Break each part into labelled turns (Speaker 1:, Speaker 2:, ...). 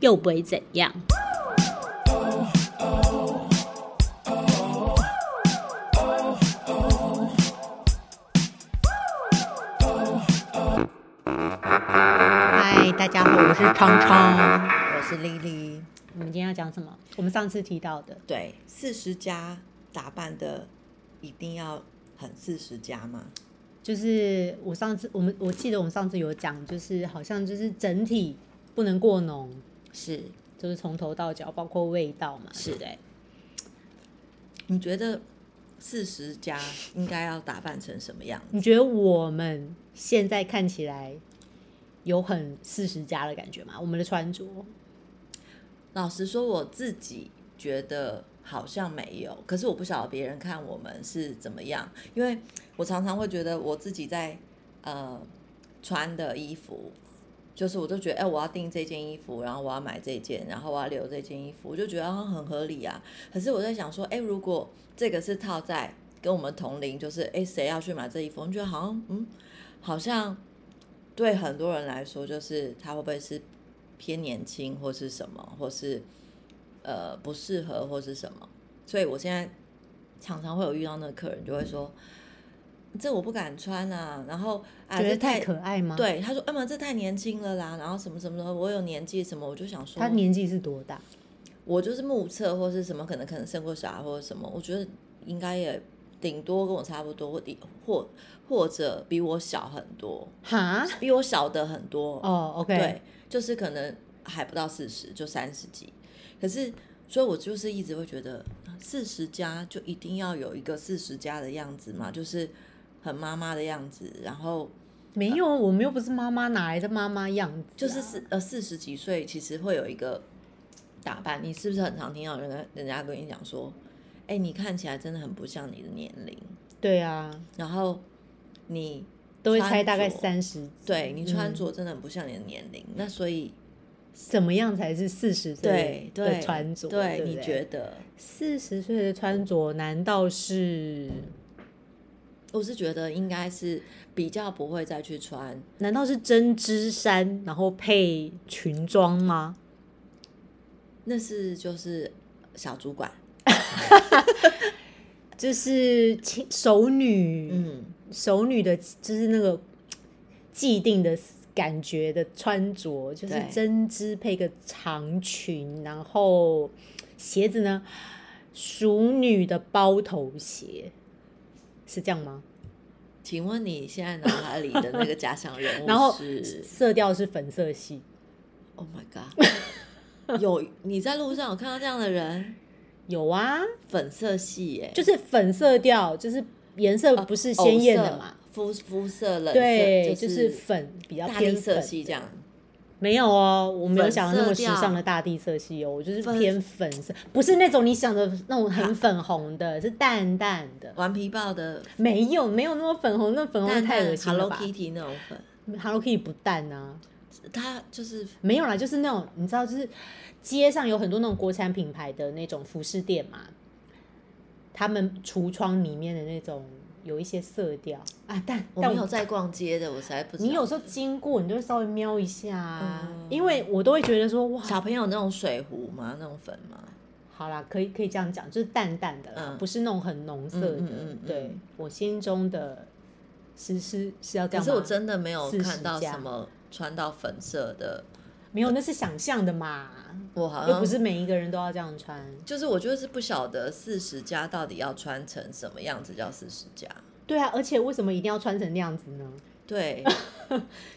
Speaker 1: 又不会怎样。
Speaker 2: 嗨，大家好，我是昌昌，我是丽丽。
Speaker 1: 我们今天要讲什么？我们上次提到的，
Speaker 2: 对，四十加打扮的一定要很四十加吗？
Speaker 1: 就是我上次我们我记得我们上次有讲，就是好像就是整体不能过浓，
Speaker 2: 是，
Speaker 1: 就是从头到脚，包括味道嘛，
Speaker 2: 是
Speaker 1: 对不对？
Speaker 2: 你觉得四十加应该要打扮成什么样子？
Speaker 1: 你觉得我们现在看起来有很四十加的感觉吗？我们的穿着，
Speaker 2: 老实说，我自己觉得好像没有，可是我不晓得别人看我们是怎么样，因为我常常会觉得我自己在呃穿的衣服，就是我就觉得，哎、我要订这件衣服，然后我要买这件，然后我要留这件衣服，我就觉得好像很合理啊。可是我在想说，哎、如果这个是套在跟我们同龄，就是哎谁、要去买这衣服，我就觉得好像嗯，好像对很多人来说，就是他会不会是偏年轻，或是什么，或是呃不适合，或是什么？所以我现在常常会有遇到那个客人，就会说。这我不敢穿啊，然后啊，
Speaker 1: 觉
Speaker 2: 这
Speaker 1: 得太可爱吗？，
Speaker 2: 对，他说：“哎妈，这太年轻了啦，然后什么什么的，我有年纪什么。”我就想说，
Speaker 1: 他年纪是多大？
Speaker 2: 我就是目测或是什么，可能可能生过小孩或者什么，我觉得应该也顶多跟我差不多，或底或或者比我小很多，
Speaker 1: 哈？
Speaker 2: 比我小的很多。
Speaker 1: 哦，OK，
Speaker 2: 对，就是可能还不到四十，就三十几。可是，所以我就是一直会觉得，四十加就一定要有一个四十加的样子嘛，就是很妈妈的样子，然后。
Speaker 1: 没有，啊我们又不是妈妈，哪来的妈妈样子啊、
Speaker 2: 就是四呃四十几岁，其实会有一个打扮。你是不是很常听到人家人家跟你讲说，哎、你看起来真的很不像你的年龄，
Speaker 1: 对啊，
Speaker 2: 然后你
Speaker 1: 都会猜大概
Speaker 2: 穿着，
Speaker 1: 三十，
Speaker 2: 对你穿
Speaker 1: 嗯
Speaker 2: 着真的很不像你的年龄。那所以
Speaker 1: 怎么样才是四十岁
Speaker 2: 对
Speaker 1: 的
Speaker 2: 对
Speaker 1: 穿着？
Speaker 2: 对
Speaker 1: 对不
Speaker 2: 你
Speaker 1: 对
Speaker 2: 觉得？
Speaker 1: 四十岁的穿着难道是？
Speaker 2: 我是觉得应该是比较不会再去穿，
Speaker 1: 难道是针织衫，然后配裙装吗？
Speaker 2: 那是就是小主管，
Speaker 1: 就是亲熟女，
Speaker 2: 嗯，
Speaker 1: 熟女的，就是那个既定的感觉的穿着，就是
Speaker 2: 对
Speaker 1: 针织配个长裙，然后鞋子呢，熟女的包头鞋，是这样吗？
Speaker 2: 请问你现在脑海里的那个假想人 物
Speaker 1: 然后
Speaker 2: 是
Speaker 1: 色调是粉色系，
Speaker 2: Oh my god！有你在路上有看到这样的人，
Speaker 1: 有啊，
Speaker 2: 粉色系耶、
Speaker 1: 就是粉色调，就是颜色不是鲜艳的嘛，
Speaker 2: 藕色肤肤哦色冷色，
Speaker 1: 对，
Speaker 2: 就
Speaker 1: 就是粉比较
Speaker 2: 大
Speaker 1: 偏粉
Speaker 2: 地色
Speaker 1: 的
Speaker 2: 系这样。
Speaker 1: 没有哦，我没有想的那么
Speaker 2: 粉
Speaker 1: 时
Speaker 2: 色调
Speaker 1: 尚的大地色系哦，我就是
Speaker 2: 粉
Speaker 1: 偏粉色，不是那种你想的那种很粉红 的，是淡淡的。
Speaker 2: 顽皮豹的
Speaker 1: 没有，没有那么粉哦红，那粉红
Speaker 2: 淡
Speaker 1: 太恶
Speaker 2: 淡
Speaker 1: 心了
Speaker 2: Hello
Speaker 1: 吧
Speaker 2: Kitty 那种粉，
Speaker 1: ？Hello Kitty 不淡啊，
Speaker 2: 它就是
Speaker 1: 没有啦，就是那种你知道，就是街上有很多那种国产品牌的那种服饰店嘛，他们橱窗里面的那种有一些色调啊，但
Speaker 2: 我
Speaker 1: 但
Speaker 2: 没有在逛街的，我实在不知道。
Speaker 1: 你有时候经过，你就会稍微瞄一下啊，
Speaker 2: 嗯
Speaker 1: 因为我都会觉得说哇，
Speaker 2: 小朋友那种水壶吗？那种粉吗？
Speaker 1: 好啦，可以可以这样讲，就是淡淡的啦，
Speaker 2: 嗯
Speaker 1: 不是那种很浓色的。
Speaker 2: 嗯嗯嗯嗯
Speaker 1: 对我心中的是是是要这
Speaker 2: 可
Speaker 1: 样
Speaker 2: 是
Speaker 1: 吗？
Speaker 2: 我真的没有
Speaker 1: 40
Speaker 2: 看到
Speaker 1: 加
Speaker 2: 什么穿到粉色的，
Speaker 1: 没有，那是想象的嘛，
Speaker 2: 我好
Speaker 1: 又
Speaker 2: 像
Speaker 1: 不是每一个人都要这样穿。
Speaker 2: 就是我就是不晓得四十加到底要穿成什么样子叫四十加。
Speaker 1: 对啊，而且为什么一定要穿成那样子呢？
Speaker 2: 对，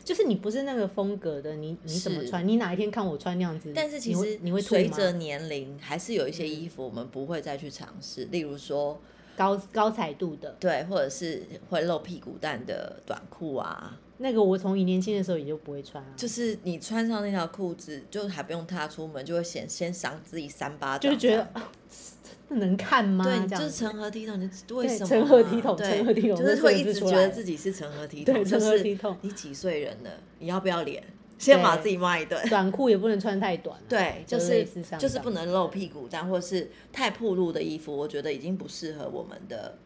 Speaker 1: 就是你不是那个风格的，你你怎么
Speaker 2: 是
Speaker 1: 穿？你哪一天看我穿那样子，
Speaker 2: 但是其
Speaker 1: 你
Speaker 2: 实
Speaker 1: 会你会吐
Speaker 2: 随
Speaker 1: 吗嗯
Speaker 2: 着年龄，还是有一些衣服我们不会再去尝试，例如说
Speaker 1: 高高彩度的
Speaker 2: 对，或者是会露屁股蛋的短裤啊，
Speaker 1: 那个，我从你年轻的时候也就不会穿啊，
Speaker 2: 就是你穿上那条裤子，就还不用踏出门，就会显先赏自己三巴
Speaker 1: 就
Speaker 2: 掌，
Speaker 1: 是觉得。啊这能看吗？
Speaker 2: 对，你
Speaker 1: 这
Speaker 2: 就
Speaker 1: 样
Speaker 2: 是
Speaker 1: 子
Speaker 2: 成何体统？你
Speaker 1: 对
Speaker 2: 为什么啊、
Speaker 1: 成何体统
Speaker 2: 对
Speaker 1: 成何体统
Speaker 2: 就
Speaker 1: 这
Speaker 2: 是会
Speaker 1: 四
Speaker 2: 一
Speaker 1: 个
Speaker 2: 直
Speaker 1: 字出
Speaker 2: 觉
Speaker 1: 来
Speaker 2: 得自己是成何体统，
Speaker 1: 对
Speaker 2: 就
Speaker 1: 成何
Speaker 2: 是
Speaker 1: 体统
Speaker 2: 你几岁人了？你要不要脸？先把自己骂一顿。
Speaker 1: 短裤也不能穿太短啊、
Speaker 2: 对，就
Speaker 1: 类
Speaker 2: 是
Speaker 1: 似像
Speaker 2: 就是
Speaker 1: 这样
Speaker 2: 不能露屁股蛋，或者是太暴露的衣服，我觉得已经不适合我们的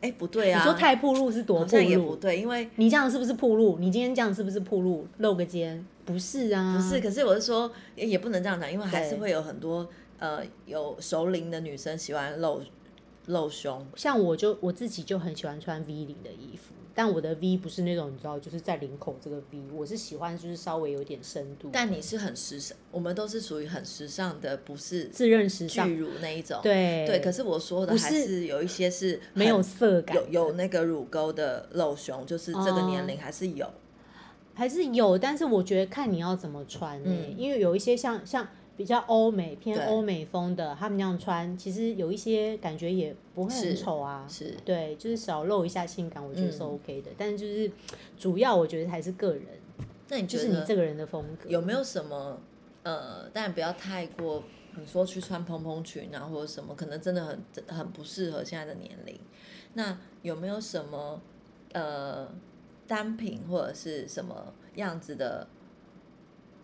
Speaker 2: 哎，不对啊，
Speaker 1: 你说太铺路是多
Speaker 2: 好
Speaker 1: 铺
Speaker 2: 像也不
Speaker 1: 路？
Speaker 2: 对，因为
Speaker 1: 你这样是不是铺路？你今天这样是不是铺路？露个肩？不是啊，
Speaker 2: 不是，可是我是说也也不能这样讲，因为还是
Speaker 1: 对
Speaker 2: 会有很多呃有熟龄的女生喜欢露露胸，
Speaker 1: 像我就我自己就很喜欢穿 V 领的衣服，但我的 V 不是那种你知道，就是在领口这个 V，我是喜欢就是稍微有点深度的，
Speaker 2: 但你是很时尚，我们都是属于很时尚的，不是
Speaker 1: 自认时尚，
Speaker 2: 巨乳那一种。
Speaker 1: 对
Speaker 2: 可是我说的
Speaker 1: 不
Speaker 2: 还
Speaker 1: 是
Speaker 2: 是有一些是
Speaker 1: 没有
Speaker 2: 很
Speaker 1: 色感，
Speaker 2: 有有那个乳沟的露胸，就是这个年龄
Speaker 1: 哦
Speaker 2: 还是有。
Speaker 1: 还是有，但是我觉得看你要怎么穿、欸，
Speaker 2: 嗯
Speaker 1: 因为有一些像像比较欧美偏
Speaker 2: 对
Speaker 1: 欧美风的，他们那样穿，其实有一些感觉也不会
Speaker 2: 是
Speaker 1: 很丑啊，
Speaker 2: 是
Speaker 1: 对，就是少露一下性感，我觉得是
Speaker 2: 嗯
Speaker 1: OK 的，但是就是主要我觉得还是个人，
Speaker 2: 那你
Speaker 1: 就
Speaker 2: 觉
Speaker 1: 是你
Speaker 2: 得
Speaker 1: 这个人的风格
Speaker 2: 有没有什么呃，但不要太过，你说去穿蓬蓬裙啊或者什么，可能真的很很不适合现在的年龄。那有没有什么呃单品或者是什么样子的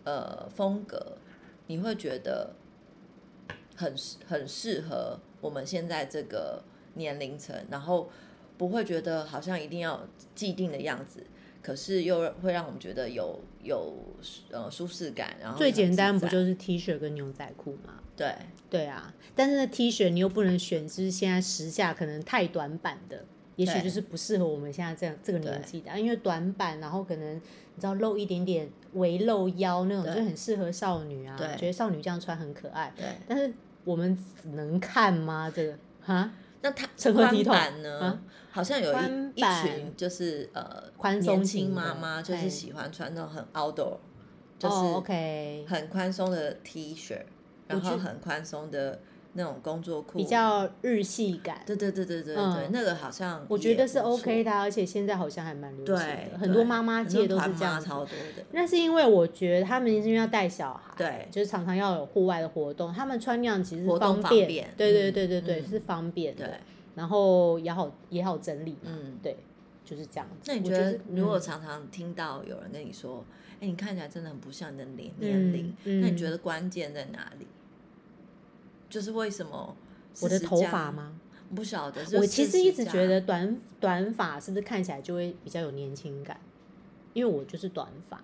Speaker 2: 呃风格，你会觉得很适很适合我们现在这个年龄层，然后不会觉得好像一定要既定的样子，可是又会让我们觉得有有呃舒适感，然后
Speaker 1: 最
Speaker 2: 很
Speaker 1: 简
Speaker 2: 自
Speaker 1: 单不
Speaker 2: 在
Speaker 1: 就是 T 恤跟牛仔裤吗？
Speaker 2: 对
Speaker 1: 对啊，但是那 T 恤你又不能选，就是现在时下可能太短版的，也许
Speaker 2: 对
Speaker 1: 就是不适合我们现在这样这个年
Speaker 2: 对
Speaker 1: 纪的啊，因为短版，然后可能你知道露一点点微露腰那种，
Speaker 2: 对
Speaker 1: 就很适合少女啊，
Speaker 2: 对
Speaker 1: 觉得少女这样穿很可爱。
Speaker 2: 对？
Speaker 1: 但是我们能看吗？这个啊，
Speaker 2: 那它
Speaker 1: 成何
Speaker 2: 宽
Speaker 1: 体统
Speaker 2: 版呢？
Speaker 1: 啊
Speaker 2: 好像有一
Speaker 1: 宽
Speaker 2: 一
Speaker 1: 版
Speaker 2: 群就是呃
Speaker 1: 宽松
Speaker 2: 年轻
Speaker 1: 型
Speaker 2: 妈
Speaker 1: 的
Speaker 2: 妈，就
Speaker 1: 哎
Speaker 2: 是喜欢穿那种很 outdoor，
Speaker 1: 哦
Speaker 2: 就是
Speaker 1: ，OK，
Speaker 2: 很宽松的 T 恤，然
Speaker 1: 觉
Speaker 2: 后很宽松的那种工作裤，
Speaker 1: 比较日系感。
Speaker 2: 对对对对对对，
Speaker 1: 嗯
Speaker 2: 那个好像
Speaker 1: 我觉
Speaker 2: 也
Speaker 1: 得是
Speaker 2: 不错
Speaker 1: OK 的啊，而且现在好像还蛮流行
Speaker 2: 对，
Speaker 1: 的，很多
Speaker 2: 对
Speaker 1: 妈妈
Speaker 2: 很
Speaker 1: 界
Speaker 2: 多
Speaker 1: 都是
Speaker 2: 团
Speaker 1: 这样
Speaker 2: 妈
Speaker 1: 子
Speaker 2: 超多的，
Speaker 1: 那是因为我觉得他们是因为要带小孩，
Speaker 2: 对
Speaker 1: 就是常常要有户外的活动，他们穿那样其实是
Speaker 2: 活动方
Speaker 1: 便，
Speaker 2: 便
Speaker 1: 对对
Speaker 2: 嗯
Speaker 1: 对对对，
Speaker 2: 嗯
Speaker 1: 是方便的，
Speaker 2: 对，
Speaker 1: 然后也好也好整理嘛，
Speaker 2: 嗯。
Speaker 1: 对，就是这样子。
Speaker 2: 那你
Speaker 1: 我
Speaker 2: 觉
Speaker 1: 觉
Speaker 2: 得
Speaker 1: 是，
Speaker 2: 如果
Speaker 1: 嗯
Speaker 2: 常常听到有人跟你说，哎、你看起来真的很不像你的年年龄，
Speaker 1: 嗯
Speaker 2: 那你
Speaker 1: 嗯
Speaker 2: 觉得关键在哪里？就是为什么
Speaker 1: 我的
Speaker 2: 40
Speaker 1: 头
Speaker 2: 加
Speaker 1: 发？吗？
Speaker 2: 不晓得，就
Speaker 1: 我其实
Speaker 2: 40
Speaker 1: 一直
Speaker 2: 加
Speaker 1: 觉得短短发是不是看起来就会比较有年轻感，因为我就是短发，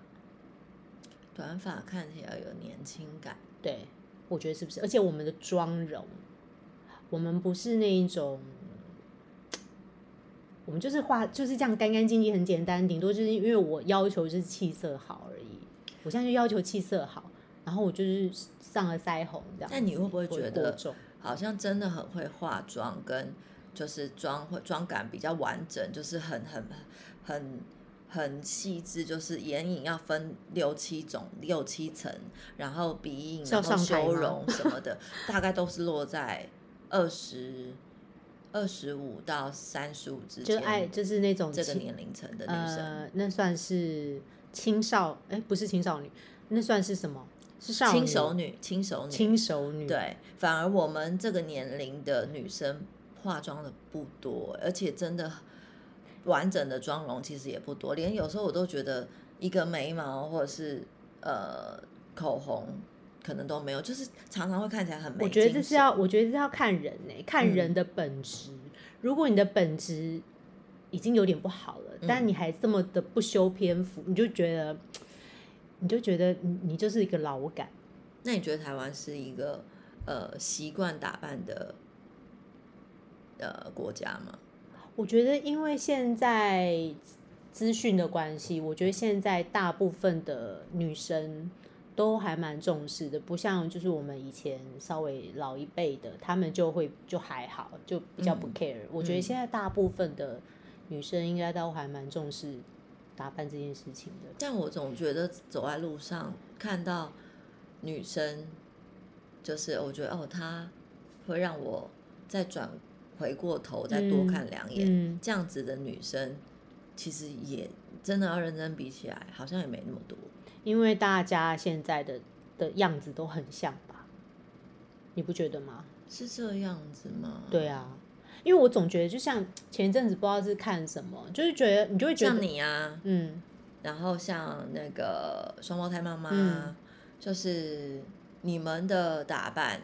Speaker 2: 短发看起来有年轻感，
Speaker 1: 对，我觉得是不是？而且我们的妆容，我们不是那一种，我们就是画就是这样干干净净，很简单，顶多就是因为我要求就是气色好而已。我现在就要求气色好，然后我就是上了腮红这样子。
Speaker 2: 那你会不会
Speaker 1: 不过
Speaker 2: 觉得
Speaker 1: 重
Speaker 2: 好像真的很会化妆，跟就是妆会妆感比较完整，就是很很很很细致，就是眼影要分六七种六七层，然后鼻影
Speaker 1: 是要
Speaker 2: 然后
Speaker 1: 上台
Speaker 2: 修
Speaker 1: 吗
Speaker 2: 容什么的，大概都是落在二十二十五到三十五之
Speaker 1: 就
Speaker 2: 间，
Speaker 1: 爱就是那种
Speaker 2: 这个
Speaker 1: 青
Speaker 2: 年龄层的女生。
Speaker 1: 呃，那算是青少哎、不是青少女，那算是什么？是少
Speaker 2: 轻
Speaker 1: 女
Speaker 2: 熟女，轻熟女，
Speaker 1: 轻熟女。
Speaker 2: 对，反而我们这个年龄的女生化妆的不多，而且真的完整的妆容其实也不多，连有时候我都觉得一个眉毛或者是呃口红可能都没有，就是常常会看起来很没
Speaker 1: 我觉得
Speaker 2: 精
Speaker 1: 这是
Speaker 2: 神
Speaker 1: 要，我觉得这要看人呢、看
Speaker 2: 嗯
Speaker 1: 人的本质。如果你的本质已经有点不好了，但
Speaker 2: 嗯
Speaker 1: 你还这么的不修篇幅，你就觉得，你就觉得你你就是一个老感。
Speaker 2: 那你觉得台湾是一个呃习惯打扮的呃国家吗？
Speaker 1: 我觉得，因为现在资讯的关系，我觉得现在大部分的女生都还蛮重视的，不像就是我们以前稍微老一辈的，他们就会就还好，就比较不
Speaker 2: 嗯
Speaker 1: care。我觉得
Speaker 2: 嗯
Speaker 1: 现在大部分的女生应该都还蛮重视打扮这件事情的。
Speaker 2: 但我总觉得走在路上看到女生，就是我觉得哦，她会让我再转回过头再多看两眼。
Speaker 1: 嗯
Speaker 2: 这样子的女生，其实也真的要认真比起来，好像也没那么多。
Speaker 1: 因为大家现在的的样子都很像吧，你不觉得吗？
Speaker 2: 是这样子吗？
Speaker 1: 对，啊，因为我总觉得就像前一阵子不知道是看什么，就是觉得你就会觉得
Speaker 2: 像，你啊，
Speaker 1: 嗯，
Speaker 2: 然后像那个双胞胎妈妈，
Speaker 1: 嗯
Speaker 2: 就是你们的打扮。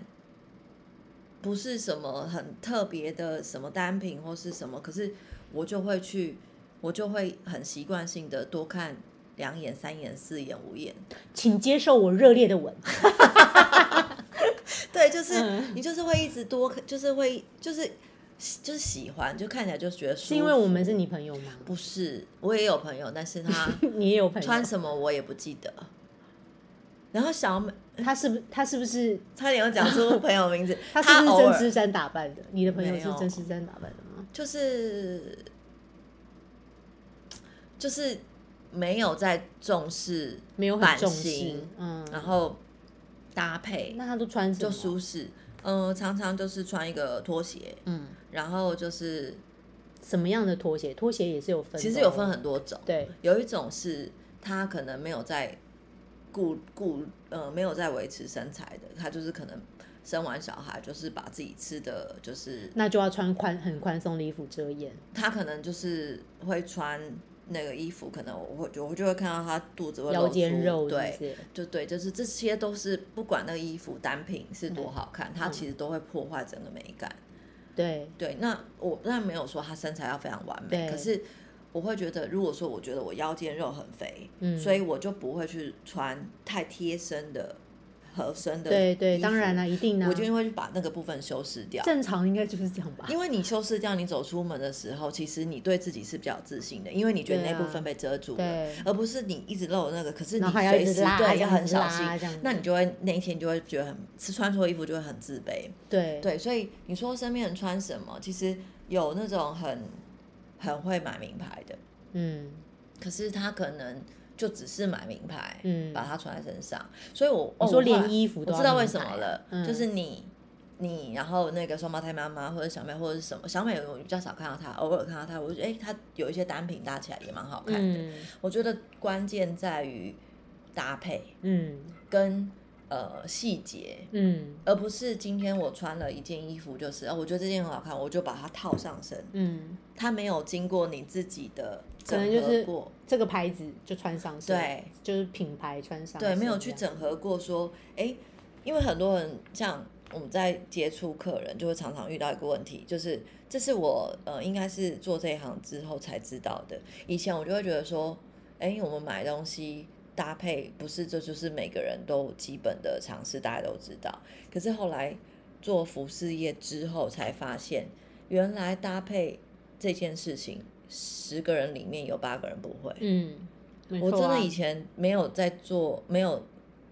Speaker 2: 不是什么很特别的什么单品或是什么，可是我就会去，我就会很习惯性的多看两眼、三眼、四眼、五眼。
Speaker 1: 请接受我热烈的吻。
Speaker 2: 对，就是、
Speaker 1: 嗯
Speaker 2: 你就是会一直多，就是会就是就是喜欢，就看起来就觉得舒服。
Speaker 1: 是因为我们是你朋友吗？
Speaker 2: 不是，我也有朋友，但是他
Speaker 1: 你也有 朋友，
Speaker 2: 穿什么我也不记得。然后小美
Speaker 1: 他是不他是不是
Speaker 2: 差点又讲出朋友名字
Speaker 1: ，他是不是
Speaker 2: 偶
Speaker 1: 真
Speaker 2: 尔
Speaker 1: 丝衫打扮的？你的朋友
Speaker 2: 没
Speaker 1: 是
Speaker 2: 有
Speaker 1: 真丝衫打扮的吗？
Speaker 2: 就是就是没有在重视
Speaker 1: 没有很
Speaker 2: 版
Speaker 1: 重视
Speaker 2: 型，，
Speaker 1: 嗯，
Speaker 2: 然后搭配
Speaker 1: 那他都穿什
Speaker 2: 就
Speaker 1: 么？
Speaker 2: 舒适。嗯、常常就是穿一个拖鞋，
Speaker 1: 嗯，
Speaker 2: 然后就是
Speaker 1: 什么样的拖鞋？拖鞋也是有分的哦，
Speaker 2: 其实有分很多种，
Speaker 1: 对，
Speaker 2: 有一种是他可能没有在顾顾呃没有在维持身材的，他就是可能生完小孩就是把自己吃的就是
Speaker 1: 那就要穿宽很宽松的衣服遮掩。
Speaker 2: 他可能就是会穿那个衣服，可能我会我就会看到他肚子会露
Speaker 1: 腰
Speaker 2: 出
Speaker 1: 间肉是不
Speaker 2: 对，
Speaker 1: 是，
Speaker 2: 就对，就是这些都是不管那个衣服单品是多
Speaker 1: 嗯
Speaker 2: 好看，它
Speaker 1: 嗯
Speaker 2: 其实都会破坏整个美感。
Speaker 1: 对，
Speaker 2: 对，那我当然没有说他身材要非常完
Speaker 1: 对
Speaker 2: 美，可是我会觉得，如果说我觉得我腰间肉很肥，
Speaker 1: 嗯
Speaker 2: 所以我就不会去穿太贴身的、合身的。
Speaker 1: 对对，当然啦、，啊一定啦、
Speaker 2: 我就会去把那个部分修饰掉。
Speaker 1: 正常应该就是这样吧。
Speaker 2: 因为你修饰掉，你走出门的时候，其实你对自己是比较有自信的，因为你觉得
Speaker 1: 对
Speaker 2: 那
Speaker 1: 啊
Speaker 2: 部分被遮住了，
Speaker 1: 对
Speaker 2: 而不是你一直露那个，可是你
Speaker 1: 然后还要一
Speaker 2: 随
Speaker 1: 直
Speaker 2: 时
Speaker 1: 拉
Speaker 2: 对
Speaker 1: 这
Speaker 2: 要
Speaker 1: 样
Speaker 2: 很
Speaker 1: 子
Speaker 2: 小
Speaker 1: 拉
Speaker 2: 心
Speaker 1: 这样子，
Speaker 2: 那你就会那一天就会觉得很吃穿错衣服就会很自卑。
Speaker 1: 对
Speaker 2: 对，所以你说身边人穿什么，其实有那种很很会买名牌的，
Speaker 1: 嗯，
Speaker 2: 可是他可能就只是买名牌，
Speaker 1: 嗯
Speaker 2: 把它穿在身上。所以我，
Speaker 1: 你说
Speaker 2: 哦、我后来
Speaker 1: 连衣服都
Speaker 2: 我
Speaker 1: 要
Speaker 2: 知道为
Speaker 1: 名
Speaker 2: 什
Speaker 1: 牌
Speaker 2: 么
Speaker 1: 啊
Speaker 2: 了，
Speaker 1: 嗯
Speaker 2: 就是你你，然后那个双胞胎妈妈或者小妹或者是什么，小美我比较少看到她，偶尔看到她，我就觉得哎，她有一些单品搭起来也蛮好看的。
Speaker 1: 嗯
Speaker 2: 我觉得关键在于搭配
Speaker 1: 嗯
Speaker 2: 跟呃细节，
Speaker 1: 嗯
Speaker 2: 而不是今天我穿了一件衣服，就是、哦、我觉得这件很好看，我就把它套上身，
Speaker 1: 嗯，
Speaker 2: 它没有经过你自己的
Speaker 1: 可
Speaker 2: 整
Speaker 1: 能就
Speaker 2: 合
Speaker 1: 是
Speaker 2: 过，
Speaker 1: 这个牌子就穿上身，
Speaker 2: 对，
Speaker 1: 就是品牌穿上身这
Speaker 2: 对，
Speaker 1: 样，
Speaker 2: 没有去整合过说，哎，因为很多人像我们在接触客人，就会常常遇到一个问题，就是这是我呃应该是做这一行之后才知道的，以前我就会觉得说，哎，我们买东西。搭配不是，这就是每个人都基本的常识，大家都知道。可是后来做服饰业之后，才发现原来搭配这件事情，十个人里面有八个人不会。
Speaker 1: 嗯，没
Speaker 2: 我
Speaker 1: 错
Speaker 2: 真的
Speaker 1: 啊
Speaker 2: 以前没有在做，没有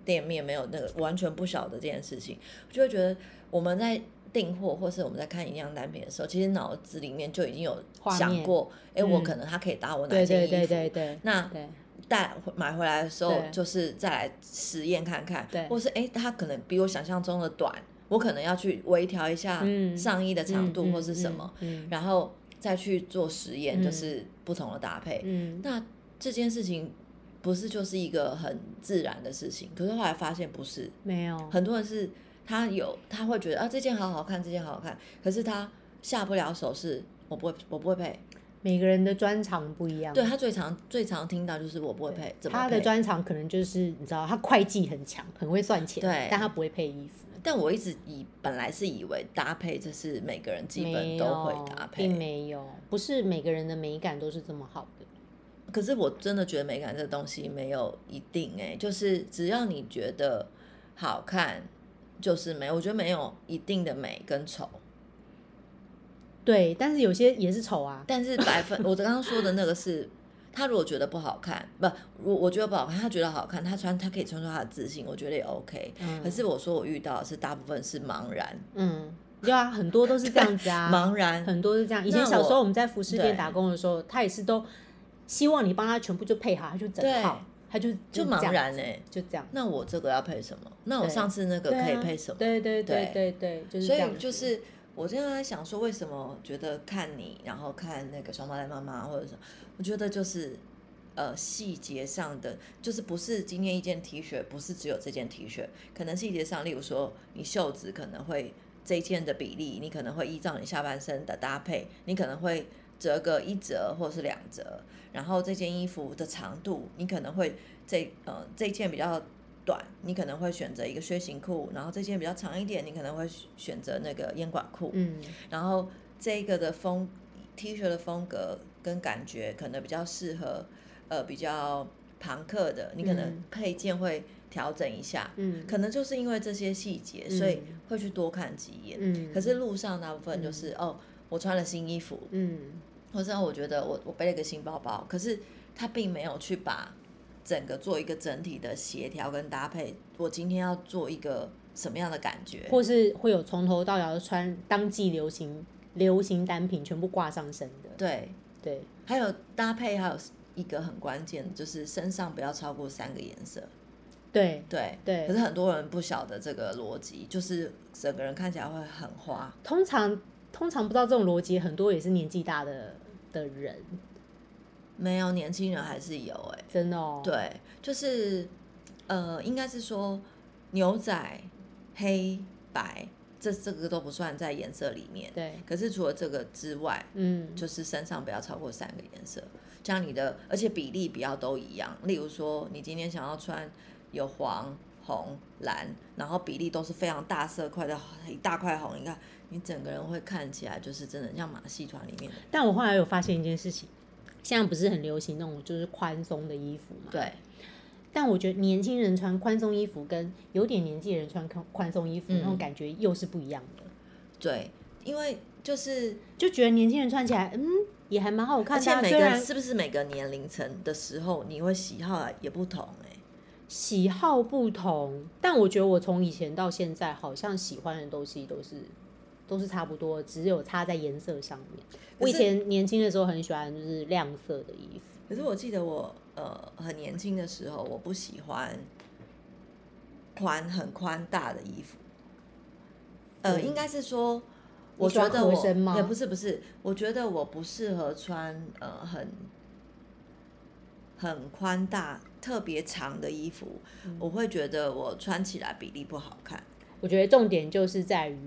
Speaker 2: 店面，没有那个完全不晓得这件事情，就会觉得我们在订货或是我们在看一样单品的时候，其实脑子里面就已经有
Speaker 1: 画
Speaker 2: 想
Speaker 1: 面
Speaker 2: 过，哎、我
Speaker 1: 嗯
Speaker 2: 可能它可以搭我哪
Speaker 1: 对
Speaker 2: 件衣
Speaker 1: 对
Speaker 2: 服。
Speaker 1: 对对对，
Speaker 2: 那
Speaker 1: 对
Speaker 2: 带买回来的时候
Speaker 1: 对，
Speaker 2: 就是再来实验看看，
Speaker 1: 对
Speaker 2: 或是哎，诶它可能比我想象中的短，我可能要去微调一下
Speaker 1: 嗯
Speaker 2: 上衣的长度
Speaker 1: 嗯
Speaker 2: 或是什么，，
Speaker 1: 嗯，
Speaker 2: 然后再去做实验，
Speaker 1: 嗯
Speaker 2: 就是不同的搭配。
Speaker 1: 嗯嗯
Speaker 2: 那这件事情不是就是一个很自然的事情，可是后来发现不是，
Speaker 1: 没有，
Speaker 2: 很多人是他有他会觉得啊这件好好看，这件好好看，可是他下不了手是，我不会我不会配，
Speaker 1: 每个人的专长不一样，
Speaker 2: 对他最常最常听到就是我不会配，怎么
Speaker 1: 他的
Speaker 2: 配
Speaker 1: 专长可能就是你知道，他会计很强，很会算钱，
Speaker 2: 对
Speaker 1: 但他不会配衣服，
Speaker 2: 但我一直以本来是以为搭配这是每个人基本都会搭
Speaker 1: 没有并
Speaker 2: 配，
Speaker 1: 没有，不是每个人的美感都是这么好的。
Speaker 2: 可是我真的觉得美感这个东西没有一定哎、就是只要你觉得好看就是美，我觉得没有一定的美跟丑，
Speaker 1: 对，但是有些也是丑啊，
Speaker 2: 但是百分我刚刚说的那个是。他如果觉得不好看，不，我我觉得不好看，他觉得好看，他穿他可以穿出他的自信，我觉得也 OK、
Speaker 1: 嗯
Speaker 2: 可是我说我遇到的是大部分是茫然，
Speaker 1: 嗯，对啊，很多都是这样子 啊，
Speaker 2: 茫然，
Speaker 1: 很多是这样。以
Speaker 2: 那
Speaker 1: 前小时候
Speaker 2: 我
Speaker 1: 我们在服饰店
Speaker 2: 对
Speaker 1: 打工的时候，他也是都希望你帮他全部就配好，他就整
Speaker 2: 对
Speaker 1: 套，他就
Speaker 2: 就
Speaker 1: 这样
Speaker 2: 茫然哎、
Speaker 1: 就这样。
Speaker 2: 那我这个要配什么？那我
Speaker 1: 对
Speaker 2: 上次那个
Speaker 1: 对啊
Speaker 2: 可以配什么？
Speaker 1: 对对对对
Speaker 2: 对
Speaker 1: 对，就是
Speaker 2: 所
Speaker 1: 这样
Speaker 2: 以
Speaker 1: 子
Speaker 2: 就是我经常在想说，为什么觉得看你，然后看那个双胞胎妈妈或者什么，我觉得就是呃细节上的，就是不是今天一件 T 恤，不是只有这件 T 恤，可能细节上，例如说你袖子可能会这一件的比例，你可能会依照你下半身的搭配，你可能会。折个一折或是两折，然后这件衣服的长度，你可能会这呃这件比较短，你可能会选择一个靴型裤，然后这件比较长一点，你可能会选择那个烟管裤，
Speaker 1: 嗯
Speaker 2: 然后这个的风 T 恤的风格跟感觉可能比较适合呃比较朋克的，你可能
Speaker 1: 嗯
Speaker 2: 配件会调整一下，
Speaker 1: 嗯
Speaker 2: 可能就是因为这些细节，所以
Speaker 1: 嗯
Speaker 2: 会去多看几眼。
Speaker 1: 嗯，
Speaker 2: 可是路上大部分就是、哦，我穿了新衣服，
Speaker 1: 嗯
Speaker 2: 或者我觉得我我背了一个新包包，可是他并没有去把整个做一个整体的协调跟搭配。我今天要做一个什么样的感觉？
Speaker 1: 或是会有从头到脚穿当季流行流行单品全部挂上身的，
Speaker 2: 对，
Speaker 1: 对，
Speaker 2: 还有搭配，还有一个很关键的就是身上不要超过三个颜色。
Speaker 1: 对
Speaker 2: 对
Speaker 1: 对
Speaker 2: 可是很多人不晓得这个逻辑，就是整个人看起来会很花。
Speaker 1: 通常通常不知道这种逻辑，很多也是年纪大的的人，
Speaker 2: 没有年轻人还是有哎、
Speaker 1: 真的哦，，
Speaker 2: 对，就是呃，应该是说牛仔黑白这这个都不算在颜色里面。
Speaker 1: 对，
Speaker 2: 可是除了这个之外，
Speaker 1: 嗯，
Speaker 2: 就是身上不要超过三个颜色，这样你的而且比例不要都一样。例如说，你今天想要穿有黄、红、蓝，然后比例都是非常大色块的，一大块红，你看你整个人会看起来就是真的像马戏团里面的。
Speaker 1: 但我后来有发现一件事情，现在不是很流行那种就是宽松的衣服嘛？。
Speaker 2: 对，
Speaker 1: 但我觉得年轻人穿宽松衣服跟有点年纪的人穿宽宽松衣服、
Speaker 2: 嗯
Speaker 1: 那种感觉又是不一样的，
Speaker 2: 对，因为就是
Speaker 1: 就觉得年轻人穿起来，嗯，也还蛮好看
Speaker 2: 而
Speaker 1: 的、
Speaker 2: 且
Speaker 1: 啊，
Speaker 2: 每
Speaker 1: 虽
Speaker 2: 个
Speaker 1: 然
Speaker 2: 是不是每个年龄层的时候，你会喜好也不同哎、
Speaker 1: 喜好不同，但我觉得我从以前到现在，好像喜欢的东西都是都是差不多，只有差在颜色上面。我以前年轻的时候很喜欢就是亮色的衣服，
Speaker 2: 可是我记得我呃很年轻的时候，我不喜欢宽很宽大的衣服，呃，
Speaker 1: 嗯
Speaker 2: 应该是说。
Speaker 1: 你
Speaker 2: 我
Speaker 1: 喜
Speaker 2: 觉
Speaker 1: 欢
Speaker 2: 得
Speaker 1: 合
Speaker 2: 我
Speaker 1: 身吗
Speaker 2: 也不是不是，我觉得我不适合穿呃很很宽大、特别长的衣服，
Speaker 1: 嗯
Speaker 2: 我会觉得我穿起来比例不好看。
Speaker 1: 我觉得重点就是在于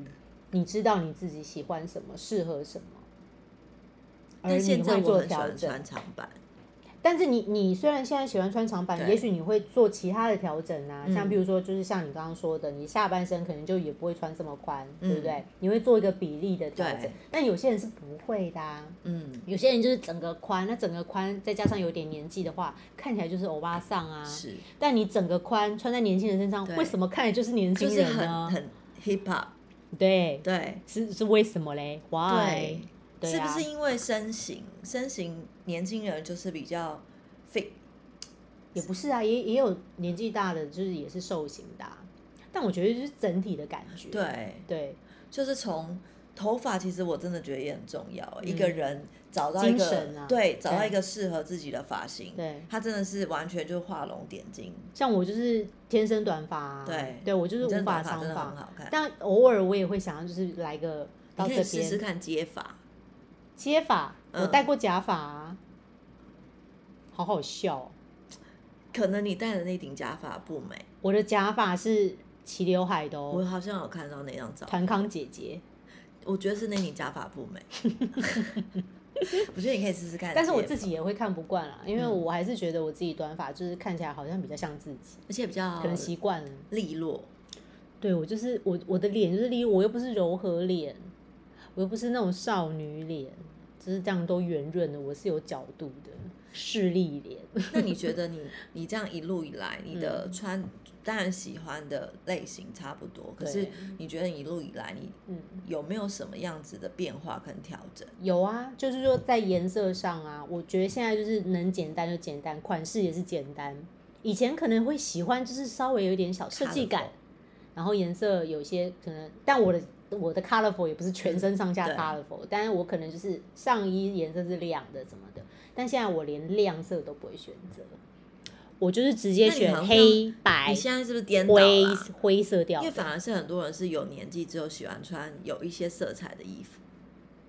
Speaker 1: 你知道你自己喜欢什么，适合什么，而
Speaker 2: 但现
Speaker 1: 你
Speaker 2: 在
Speaker 1: 会
Speaker 2: 我
Speaker 1: 做
Speaker 2: 很喜
Speaker 1: 调
Speaker 2: 欢
Speaker 1: 整。
Speaker 2: 穿长版，
Speaker 1: 但是你你虽然现在喜欢穿长版，
Speaker 2: 对
Speaker 1: 也许你会做其他的调整啊，
Speaker 2: 嗯
Speaker 1: 像比如说就是像你刚刚说的，你下半身可能就也不会穿这么宽，
Speaker 2: 嗯
Speaker 1: 对不对？你会做一个比例的调整
Speaker 2: 对。
Speaker 1: 但有些人是不会的、啊，
Speaker 2: 嗯，
Speaker 1: 有些人就是整个宽，那整个宽再加上有点年纪的话，看起来就是欧巴桑啊。
Speaker 2: 是，
Speaker 1: 但你整个宽穿在年轻人身上，
Speaker 2: 对
Speaker 1: 为什么看起来就是年
Speaker 2: 就
Speaker 1: 轻
Speaker 2: 是
Speaker 1: 人
Speaker 2: 很
Speaker 1: 呢？
Speaker 2: 很 hip hop，
Speaker 1: 对，
Speaker 2: 对
Speaker 1: 是是为什么嘞？Why？对
Speaker 2: 是
Speaker 1: 啊
Speaker 2: 不是因为身形？身形年轻人就是比较 fit，
Speaker 1: 也不是啊，也也有年纪大的，就是也是瘦型的啊、但我觉得就是整体的感觉。
Speaker 2: 对，
Speaker 1: 对，
Speaker 2: 就是从头发，其实我真的觉得也很重要。欸
Speaker 1: 嗯
Speaker 2: 一个人找到一
Speaker 1: 精
Speaker 2: 个
Speaker 1: 神啊
Speaker 2: 对，找到
Speaker 1: 对
Speaker 2: 一个适合自己的发型，
Speaker 1: 对
Speaker 2: 他真的是完全就画龙点睛，
Speaker 1: 像我就是天生短发、啊，
Speaker 2: 对
Speaker 1: 对我就是
Speaker 2: 你
Speaker 1: 无
Speaker 2: 真的
Speaker 1: 法
Speaker 2: 短
Speaker 1: 长
Speaker 2: 发真的很
Speaker 1: 发，
Speaker 2: 好看。
Speaker 1: 但偶尔我也会想要就是来个
Speaker 2: 你
Speaker 1: 到
Speaker 2: 可
Speaker 1: 这
Speaker 2: 以试试
Speaker 1: 边
Speaker 2: 看接发，
Speaker 1: 接发，
Speaker 2: 嗯
Speaker 1: 我戴过假发、啊，好好笑、哦，
Speaker 2: 可能你戴的那顶假发不美，
Speaker 1: 我的假发是齐刘海的
Speaker 2: 我
Speaker 1: 哦，
Speaker 2: 好像有看到那张照片。
Speaker 1: 团康姐姐，
Speaker 2: 我觉得是那顶假发不 美， 我觉得你可以试试看。
Speaker 1: 但是我
Speaker 2: 接
Speaker 1: 自己也会看不惯啊啦，因为
Speaker 2: 嗯
Speaker 1: 我还是觉得我自己短发就是看起来好像比较像自己，
Speaker 2: 而且比较
Speaker 1: 可能习惯了。
Speaker 2: 利落，
Speaker 1: 对我就是我我的脸就是例如我又不是柔和脸，我又不是那种少女脸，就是这样都圆润的，我是有角度的势利脸。
Speaker 2: 那你觉得你你这样一路以来，你
Speaker 1: 嗯
Speaker 2: 的穿、当然喜欢的类型差不多，可是
Speaker 1: 对
Speaker 2: 你觉得你一路以来你
Speaker 1: 嗯，
Speaker 2: 有没有什么样子的变化跟调整？
Speaker 1: 有啊，就是说在颜色上啊，我觉得现在就是能简单就简单，款式也是简单。以前可能会喜欢就是稍微有点小设计感，然后颜色有些可能，但我的我的 colorful 也不是全身上下
Speaker 2: 对
Speaker 1: colorful，但是我可能就是上衣颜色是亮的什么的，但现在我连亮色都不会选择，我就是直接
Speaker 2: 那你
Speaker 1: 选
Speaker 2: 好像
Speaker 1: 黑白
Speaker 2: 你现在是不是颠倒
Speaker 1: 灰
Speaker 2: 了啊、
Speaker 1: 灰色哎调
Speaker 2: 因为
Speaker 1: 的。
Speaker 2: 反而是很多人是有年纪之后喜欢穿有一些色彩的衣服，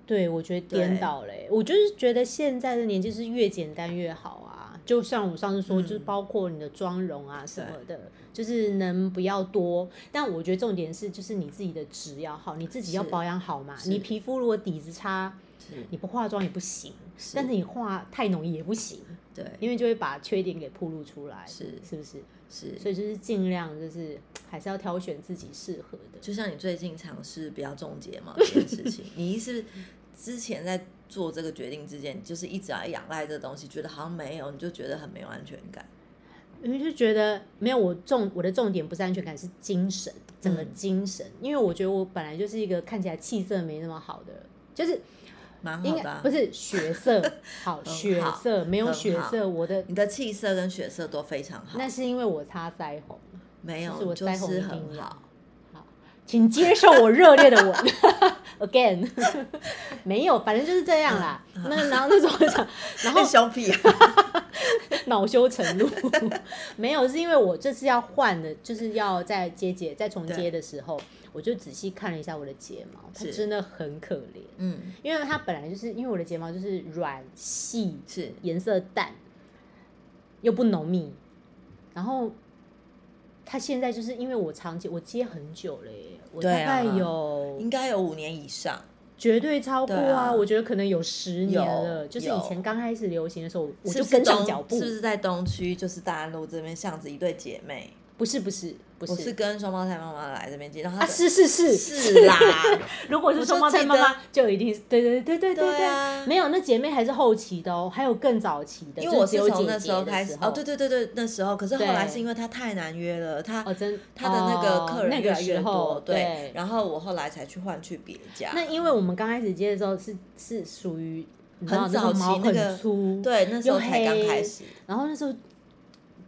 Speaker 1: 对，我觉得
Speaker 2: 对
Speaker 1: 颠倒了欸、我就是觉得现在的年纪是越简单越好啊。就像我上次说，就是
Speaker 2: 嗯
Speaker 1: 包括你的妆容啊什
Speaker 2: 对
Speaker 1: 么的，就是能不要多。但我觉得重点是，就是你自己的质要好，你自己要
Speaker 2: 是
Speaker 1: 保养好嘛。
Speaker 2: 是
Speaker 1: 你皮肤如果底子差，
Speaker 2: 是
Speaker 1: 你不化妆也不行，
Speaker 2: 是
Speaker 1: 但是你化太浓也不行，
Speaker 2: 对，
Speaker 1: 因为就会把缺点给暴露出来，
Speaker 2: 是
Speaker 1: 是不是？
Speaker 2: 是，
Speaker 1: 所以就是尽量就是还是要挑选自己适合的。
Speaker 2: 就像你最近尝试不要中结 嘛这件事情，你是之前在做这个决定之前，你就是一直要仰赖这个东西，觉得好像没有，你就觉得很没有安全感。
Speaker 1: 因为就觉得没有我重我的重点不是安全感，是精神，整个
Speaker 2: 嗯
Speaker 1: 精神。因为我觉得我本来就是一个看起来气色没那么好的，就是
Speaker 2: 蛮
Speaker 1: 应
Speaker 2: 好的、
Speaker 1: 该
Speaker 2: 啊，
Speaker 1: 不是血色好，
Speaker 2: 很
Speaker 1: 血
Speaker 2: 好
Speaker 1: 色没有
Speaker 2: 很
Speaker 1: 血
Speaker 2: 好
Speaker 1: 色，我的
Speaker 2: 你的气色跟血色都非常好
Speaker 1: 那，是因为我擦腮红。
Speaker 2: 没有
Speaker 1: 就是我
Speaker 2: 你就
Speaker 1: 腮红一
Speaker 2: 是
Speaker 1: 定
Speaker 2: 很
Speaker 1: 要
Speaker 2: 好。
Speaker 1: 请接受我热烈的吻 ，again，没有，反正就是这样啦。
Speaker 2: 嗯
Speaker 1: 那然后那时候我想，然 后
Speaker 2: 那小屁、啊，
Speaker 1: 恼羞成怒，没有，是因为我这次要换的，就是要在接睫在重接
Speaker 2: 对
Speaker 1: 的时候，我就仔细看了一下我的睫毛，它
Speaker 2: 是
Speaker 1: 真的很可怜，
Speaker 2: 嗯，
Speaker 1: 因为它本来就是因为我的睫毛就是软细，
Speaker 2: 是
Speaker 1: 颜色淡，又不浓密，然后它现在就是因为我长接我接很久了耶，我大
Speaker 2: 对啊
Speaker 1: 概有、
Speaker 2: 应该有五年以上，
Speaker 1: 绝对超过
Speaker 2: 对啊
Speaker 1: 我觉得可能有十年了，
Speaker 2: 有
Speaker 1: 就是以前
Speaker 2: 有
Speaker 1: 刚开始流行的时候，我
Speaker 2: 是
Speaker 1: 就
Speaker 2: 不是
Speaker 1: 跟上
Speaker 2: 东
Speaker 1: 脚步，
Speaker 2: 是不是在东区就是大安路这边巷子一对姐妹？
Speaker 1: 不是不是不
Speaker 2: 我是
Speaker 1: 是
Speaker 2: 跟双胞胎妈妈来这边接，然后她
Speaker 1: 啊
Speaker 2: 的
Speaker 1: 是是是
Speaker 2: 是啦，
Speaker 1: 如果是
Speaker 2: 我
Speaker 1: 双
Speaker 2: 就
Speaker 1: 胞胎
Speaker 2: 记
Speaker 1: 妈
Speaker 2: 得
Speaker 1: 妈，就一定是对对对对对
Speaker 2: 对啊
Speaker 1: 没有那姐妹还是后期的哦，还有更早期的，
Speaker 2: 因 为
Speaker 1: 就
Speaker 2: 我
Speaker 1: 只
Speaker 2: 是
Speaker 1: 有
Speaker 2: 从
Speaker 1: 姐
Speaker 2: 那
Speaker 1: 姐
Speaker 2: 时候
Speaker 1: 的
Speaker 2: 开始哦，对对对对，那时候，可是后来
Speaker 1: 对
Speaker 2: 是因为她太难约了，她
Speaker 1: 哦真
Speaker 2: 她的那个
Speaker 1: 哦
Speaker 2: 客人
Speaker 1: 那
Speaker 2: 越
Speaker 1: 个
Speaker 2: 来越
Speaker 1: 时
Speaker 2: 多
Speaker 1: 候，
Speaker 2: 对
Speaker 1: 对，
Speaker 2: 然后我后来才去换去别家，
Speaker 1: 那因为我们刚开始接的时候是是属于你知
Speaker 2: 很
Speaker 1: 道那时候
Speaker 2: 早期
Speaker 1: 毛
Speaker 2: 那
Speaker 1: 很
Speaker 2: 个
Speaker 1: 粗，
Speaker 2: 对那时候
Speaker 1: 又
Speaker 2: 才刚开
Speaker 1: 黑
Speaker 2: 始，
Speaker 1: 然后那时候